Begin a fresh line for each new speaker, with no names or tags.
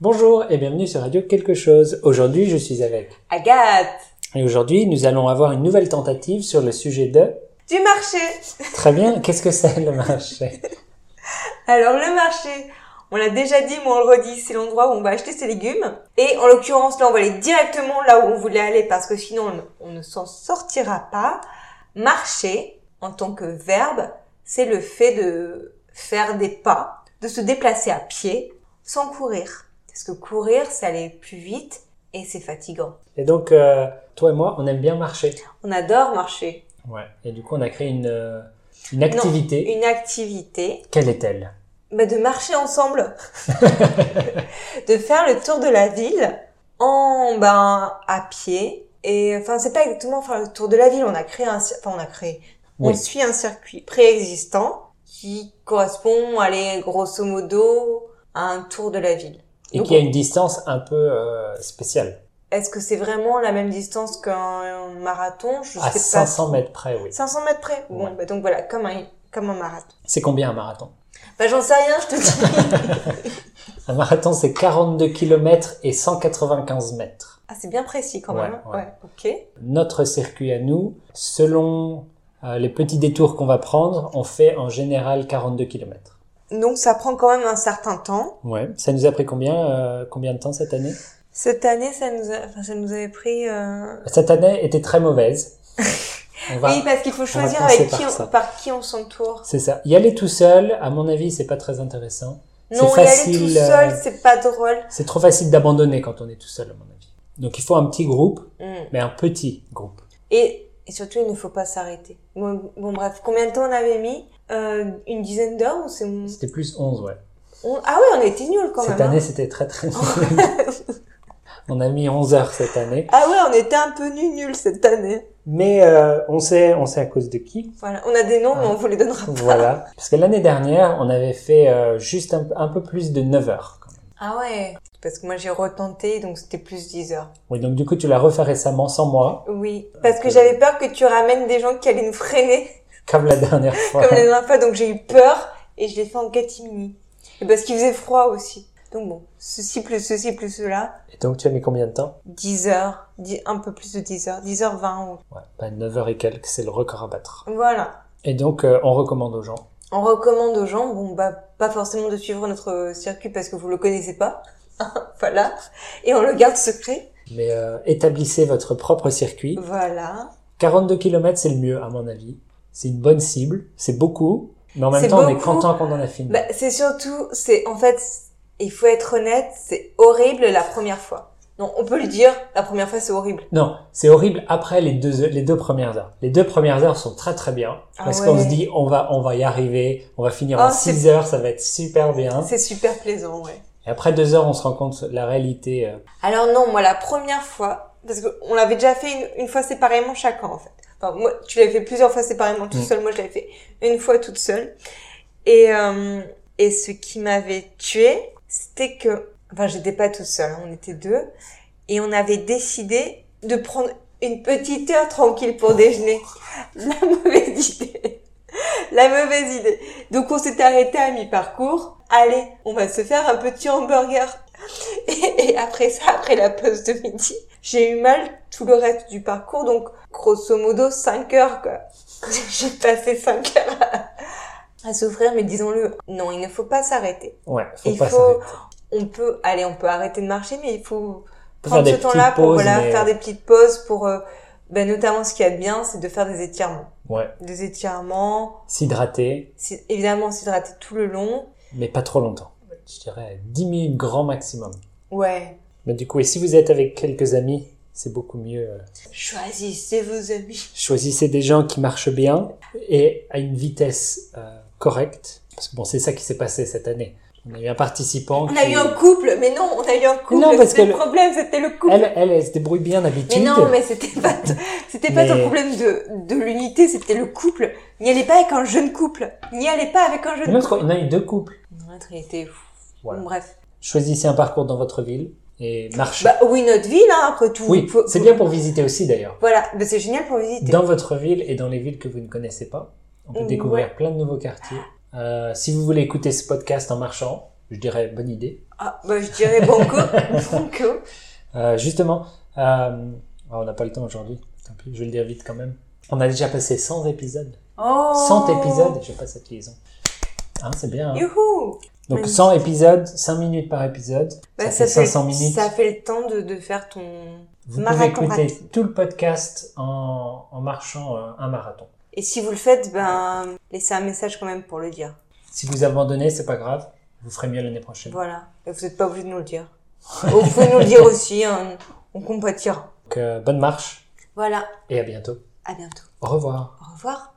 Bonjour et bienvenue sur Radio Quelque chose. Aujourd'hui, je suis avec.
Agathe
Et aujourd'hui, nous allons avoir une nouvelle tentative sur le sujet de.
Du marché
Très bien, qu'est-ce que c'est le marché
Alors le marché, on l'a déjà dit, mais on le redit, c'est l'endroit où on va acheter ses légumes. Et en l'occurrence, là on va aller directement là où on voulait aller parce que sinon on, on ne s'en sortira pas. Marcher, en tant que verbe, c'est le fait de faire des pas, de se déplacer à pied sans courir. Parce que courir, c'est aller plus vite et c'est fatigant.
Et donc, euh, toi et moi, on aime bien marcher.
On adore marcher.
Ouais. Et du coup, on a créé une, euh, une activité.
Une activité
Quelle est-elle
bah, de marcher ensemble, de faire le tour de la ville en ben à pied. Et enfin, c'est pas exactement faire le tour de la ville. On a créé un, cir- enfin on a créé, on
Oui.
suit un circuit préexistant qui correspond, allez, grosso modo, à un tour de la ville.
Et
Donc,
qui a une distance un peu euh, spéciale.
Est-ce que c'est vraiment la même distance qu'un marathon Je
À
sais
500
pas.
mètres près, oui.
500 mètres près. Bon,
Ouais.
bah, donc voilà, comme un comme un marathon.
C'est combien un marathon
Bah j'en sais rien, je te dis.
Un marathon, c'est 42 km et 195 mètres.
ah, c'est bien précis quand
Ouais,
même. hein.
ouais.
ouais. Ok.
notre circuit à nous, selon euh, les petits détours qu'on va prendre, on fait en général 42 km.
Donc ça prend quand même un certain temps.
Ouais. Ça nous a pris combien, euh, combien de temps cette année
Cette année, ça nous, a- enfin, ça nous avait pris. euh,
Cette année était très mauvaise. On va-
oui, parce qu'il faut choisir
commencer
avec
par
qui on,
ça.
par qui on s'entoure.
C'est ça. Y aller tout seul, à mon avis, c'est pas très intéressant. C'est
Non, y aller tout
facile, euh,
seul, c'est pas drôle.
C'est trop facile d'abandonner quand on est tout seul, à mon avis. Donc il faut un petit groupe,
Mm.
mais un petit groupe.
Et, et surtout, il ne faut pas s'arrêter. Bon, bon, bref, combien de temps on avait mis Euh, Une dizaine d'heures ou c'est mon-
C'était plus 11, ouais.
on- Ah oui, on était nuls Mm. quand
cette
même. hein.
année, c'était très très nul. on a mis 11 heures cette année.
Ah ouais, on était un peu nuls, nuls cette année.
Mais euh, on, sait, on sait à cause de qui.
Voilà, on a des noms, mais
Ouais.
on vous les donnera pas.
Voilà. Parce que l'année dernière, on avait fait euh, juste un, un peu plus de 9 heures. quand même.
Ah ouais. Parce que moi j'ai retenté, donc c'était plus 10 heures.
Oui, donc du coup, tu l'as refait récemment sans moi,
Oui, parce que
Ok.
j'avais peur que tu ramènes des gens qui allaient nous freiner.
comme la dernière fois.
comme la dernière fois, donc j'ai eu peur et je l'ai fait en catimini. Et parce qu'il faisait froid aussi. Donc bon, ceci plus ceci plus cela,
Et donc, tu as mis combien de temps
10 heures, dix- un peu plus de 10 heures, 10 heures 20 ou...
Ouais, bah, 9 heures et quelques, c'est le record à battre.
Voilà.
Et donc, euh, on recommande aux gens.
On recommande aux gens, bon bah pas forcément de suivre notre circuit parce que vous le connaissez pas. voilà. Et on le garde secret.
Mais euh, établissez votre propre circuit.
Voilà.
42 km, c'est le mieux, à mon avis. C'est une bonne cible, c'est beaucoup, mais en même
C'est
temps, on est
beaucoup.
content qu'on en a fini.
Bah, c'est surtout, c'est en fait, il faut être honnête, c'est horrible la première fois. Non, on peut le dire, la première fois c'est horrible.
Non, c'est horrible après les deux, les deux premières heures. Les deux premières heures sont très très bien.
Ah
Parce
ouais.
qu'on se dit, on va, on va y arriver, on va finir en
Ah, c'est-
6 heures, ça va être super bien.
C'est super plaisant, ouais.
Et après deux heures, on se rend compte de la réalité. euh,
Alors non, moi la première fois, parce qu'on l'avait déjà fait une, une fois séparément chacun en fait. Enfin, moi, tu l'avais fait plusieurs fois séparément tout
Mm.
seul, moi je l'avais fait une fois toute seule. Et, euh, et ce qui m'avait tué, c'était que, enfin j'étais pas toute seule, hein, on était deux, et on avait décidé de prendre une petite heure tranquille pour déjeuner. La mauvaise idée. La mauvaise idée. Donc on s'est arrêté à mi-parcours. Allez, on va se faire un petit hamburger. Et, et après ça, après la pause de midi, j'ai eu mal tout le reste du parcours, donc grosso modo 5 heures quoi. J'ai passé 5 heures à, à souffrir, mais disons-le, non, il ne faut pas s'arrêter.
Ouais, faut
Il
pas
faut
s'arrêter.
On peut, allez, on peut arrêter de marcher, mais il faut
Faut
prendre ce
petites
temps-là pour voilà,
mais-
faire des petites pauses pour, euh, ben, notamment ce qu'il y a de bien, c'est de faire des étirements.
Ouais,
Des étirements,
s'hydrater,
c'est- évidemment s'hydrater tout le long.
mais pas trop longtemps. Je dirais 10 minutes grand maximum.
Ouais.
Mais du coup, et si vous êtes avec quelques amis, c'est beaucoup mieux. euh,
Choisissez vos amis.
Choisissez des gens qui marchent bien et à une vitesse euh, correcte. Parce que bon, c'est ça qui s'est passé cette année. On a eu un participant
On a
qui-
eu un couple, mais non, on a eu un couple.
Non, parce
c'était
que
le
le-
problème, c'était le couple.
Elle, elle, elle se débrouille bien
Mais
d'habitude.
non, mais c'était pas, t- c'était pas ton
Mais-
problème de, de l'unité, c'était le couple. N'y allez pas avec un jeune couple. N'y allez pas avec un jeune
L'autre, on a eu deux couples.
couple. Notre était fou.
Voilà.
Bref.
Choisissez un parcours dans votre ville et marchez.
Bah oui, notre ville, hein, après tout.
oui,
Faut-
c'est
faut-
bien pour visiter aussi d'ailleurs.
Voilà, bah, c'est génial pour visiter.
Dans votre ville et dans les villes que vous ne connaissez pas, on peut
Ouais.
Euh, découvrir plein de nouveaux quartiers. Euh, si vous voulez écouter ce podcast en marchant, je dirais bonne idée.
Ah, bah, je dirais banco. banco.
Euh, justement, euh, on n'a pas le temps aujourd'hui, tant pis, je vais le dire vite quand même. On a déjà passé 100 épisodes.
Oh.
100 épisodes, je pas cette liaison. Hein, c'est bien. hein.
Youhou.
Donc
magnifique.
100 épisodes, 5 minutes par épisode,
Bah,
ça, fait 500 minutes.
Ça fait le temps de, de faire ton.
Vous pouvez
marathon
écouter
rapide.
tout le podcast en, en marchant euh, un marathon.
Et si vous le faites, ben, laissez un message quand même pour le dire.
Si vous abandonnez, c'est pas grave, vous ferez mieux l'année prochaine.
Voilà. Et vous n'êtes pas obligé de nous le dire. vous pouvez nous le dire aussi, hein, on compatira.
Donc euh, bonne marche
Voilà.
et à bientôt.
À bientôt.
Au revoir.
Au revoir.